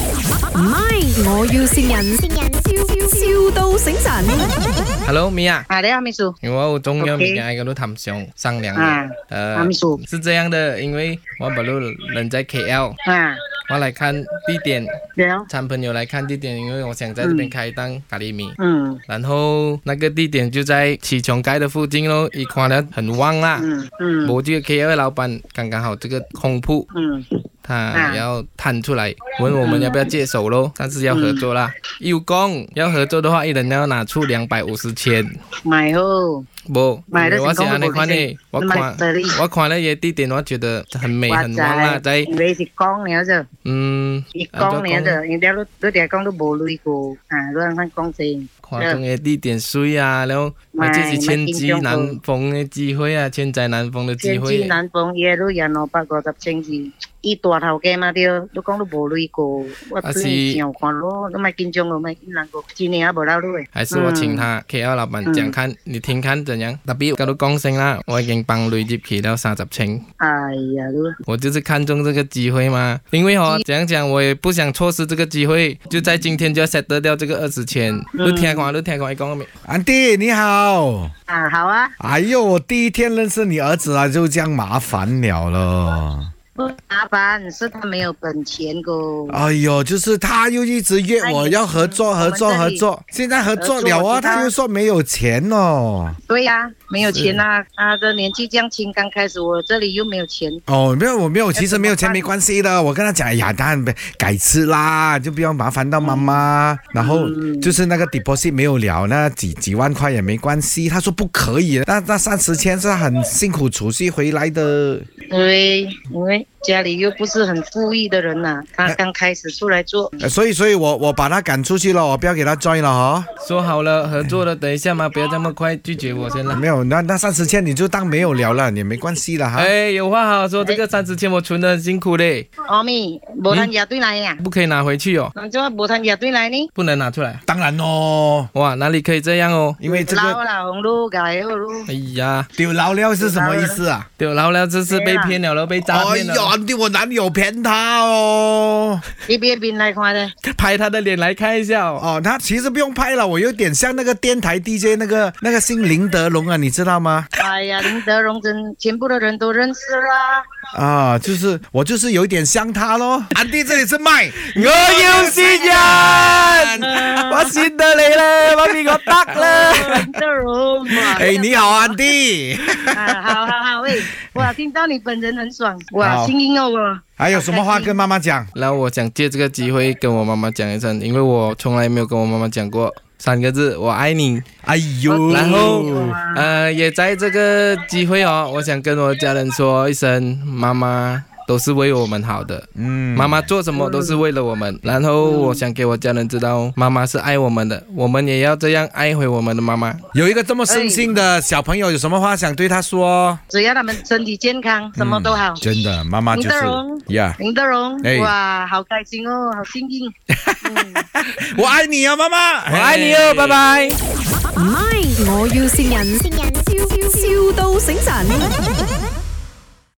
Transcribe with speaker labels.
Speaker 1: 唔係，我要善人，笑笑到醒神。
Speaker 2: Hello，米娅，
Speaker 3: 啊，你好，秘书。
Speaker 2: 我有中央
Speaker 3: OK
Speaker 2: 米娅一个都谈商商量
Speaker 3: 啊
Speaker 2: 的，
Speaker 3: 啊，
Speaker 2: 呃
Speaker 3: 秘，书。
Speaker 2: 是这样的，因为我本路人在 KL，
Speaker 3: 啊，
Speaker 2: 我来看地点，
Speaker 3: 聊。
Speaker 2: 参朋友来看地点，因为我想在这边开一档咖喱米。
Speaker 3: 嗯
Speaker 2: 然后那个地点就在七琼街的附近咯，一看了很旺啦。
Speaker 3: 嗯嗯
Speaker 2: 我这个 KL 老板刚刚好这个空铺，
Speaker 3: 嗯
Speaker 2: 他要摊出来，问我们要不要接手咯，但是要合作啦。
Speaker 3: 嗯
Speaker 2: 有工要合作的话，一人要拿出两百五十千。
Speaker 3: 买好。
Speaker 2: 不，
Speaker 3: 买得
Speaker 2: 我
Speaker 3: 成功
Speaker 2: 想
Speaker 3: 的
Speaker 2: 你
Speaker 3: 果
Speaker 2: 看
Speaker 3: 子
Speaker 2: 呢，我
Speaker 3: 你
Speaker 2: 看
Speaker 3: 买得利
Speaker 2: 我看那些地点，我觉得很美
Speaker 3: 哇
Speaker 2: 很旺啦，在
Speaker 3: 你是讲了就，
Speaker 2: 嗯，
Speaker 3: 你
Speaker 2: 啊
Speaker 3: 讲了
Speaker 2: 做
Speaker 3: 就，人家都都哋讲都冇累过。啊，都啱啱讲先。
Speaker 2: 看中嘅地点水啊，然后
Speaker 3: 买
Speaker 2: 这是千
Speaker 3: 买金
Speaker 2: 载
Speaker 3: 钟
Speaker 2: 难
Speaker 3: 凤
Speaker 2: 逢嘅机会啊，千载难逢嘅机
Speaker 3: 天
Speaker 2: 会啊
Speaker 3: 知。南方夜都廿六百五十千字，伊大头嘅嘛啲都讲都冇累过。我
Speaker 2: 啊
Speaker 3: 都
Speaker 2: 是
Speaker 3: 想看咯，都咪紧张咯，咪难过。今年也冇嬲累。
Speaker 2: 还是我
Speaker 3: Ừ. 嗯
Speaker 2: 请他 KL 老板讲看，你听看怎样？特别我都讲声啦，我已經幫累積起到三十千，
Speaker 3: 哎呀，都
Speaker 2: 我就是看中這個機會嘛。因為
Speaker 3: 嗯
Speaker 2: 哦，講講我也不想錯失這個機會，就在今天就要 set 得掉這個二十千。
Speaker 3: 嗯
Speaker 2: 都聽講，都聽講，一講咩？
Speaker 4: 安迪你好，
Speaker 3: 啊好啊。
Speaker 4: 哎呦，我第一天认识你儿子啊，就这样麻烦了了。
Speaker 3: 不麻烦，是他没有本钱的。
Speaker 4: 哎呦，就是他又一直约我要合作合作合作，现在合作了哦，
Speaker 3: 合作
Speaker 4: 他又说没有钱哦。
Speaker 3: 对呀、没有钱呐、他的年纪这样轻，刚开始我这里又没有钱。
Speaker 4: 哦，没有，我没有，其实没有
Speaker 3: 怎
Speaker 4: 钱
Speaker 3: 么办
Speaker 4: 没关系的。我跟他讲，哎呀，当然改吃啦，就不要麻烦到妈妈。然后就是那个 deposit 没有了，那几几万块也没关系。他说不可以，那那三十千是很辛苦储蓄回来的。
Speaker 3: 对，因为家里又不是很富裕的人呐、他刚开始出来 做，
Speaker 4: 呃所以，所以我我把他赶出去了，我不要给他 join 了哦。
Speaker 2: 说好了合作的，等一下嘛，不要这么快拒绝我先啦。
Speaker 4: 没有，那那三十千你就当没有聊了，也没关系了哈。
Speaker 2: 哎，有话好好说，这个三十千我存的很辛苦嘞，
Speaker 3: 阿咪，无趁也对来呀、
Speaker 2: 不可以拿回去哦，
Speaker 3: 那怎么无趁也对来呢？
Speaker 2: 不能拿出来。
Speaker 4: 当然哦，
Speaker 2: 哇，哪里可以这样哦？
Speaker 4: 因为这
Speaker 3: 老
Speaker 4: 个
Speaker 3: 了红路改后路，
Speaker 2: 哎呀，
Speaker 4: 丢老料是什么意思啊？
Speaker 2: 对，然后呢，这次被骗了咯，被啊诈
Speaker 4: 哎
Speaker 2: 骗了咯。
Speaker 4: 呀，你我哪里有骗他哦？
Speaker 3: 你别边来看的，
Speaker 2: 拍他的脸来看一下哦。
Speaker 4: 哦，他其实不用拍了，我有点像那个电台 DJ 那个那个姓林德龙啊，你知道吗？
Speaker 3: 哎呀，林德荣真全部的人都认识 啦。
Speaker 4: 啊，就是我就是有点像他咯。安迪这里是麦，
Speaker 2: 我要新 人，我信得你啦，我比我得啦。
Speaker 3: 林德荣，
Speaker 4: 哎，你好，安迪。
Speaker 2: 哎
Speaker 3: 啊，好好好， 喂，哇，听到你本人很爽，哇，
Speaker 4: 好
Speaker 3: 幸运哦我。
Speaker 4: 还有什么话跟妈妈讲？
Speaker 2: 然后我想借这个机会跟我妈妈讲一声，因为我从来没有跟我妈妈讲过三个字“我爱你
Speaker 4: 哎”。呦，
Speaker 2: 然后
Speaker 4: 嗯
Speaker 3: 哇，
Speaker 2: 呃，也在这个机会哦，我想跟我家人说一声，妈妈都是为我们好的。
Speaker 4: 嗯
Speaker 2: 妈妈做什么都是为了我们，然后我想给我家人知道，妈妈是爱我们的，我们也要这样爱回我们的妈妈。
Speaker 4: 有一个这么生性的小朋友，有什么话想对他说？
Speaker 3: 只要他们身体健康，什么都好。
Speaker 4: 真的，妈妈就是
Speaker 3: 林德荣
Speaker 4: 呀
Speaker 3: 林德荣
Speaker 4: 哎，
Speaker 3: 哇，好开心哦，好幸运。
Speaker 4: 我爱你啊，妈妈，
Speaker 2: 我爱你哦，拜拜。
Speaker 1: 唔係，我要善人，笑笑到醒神。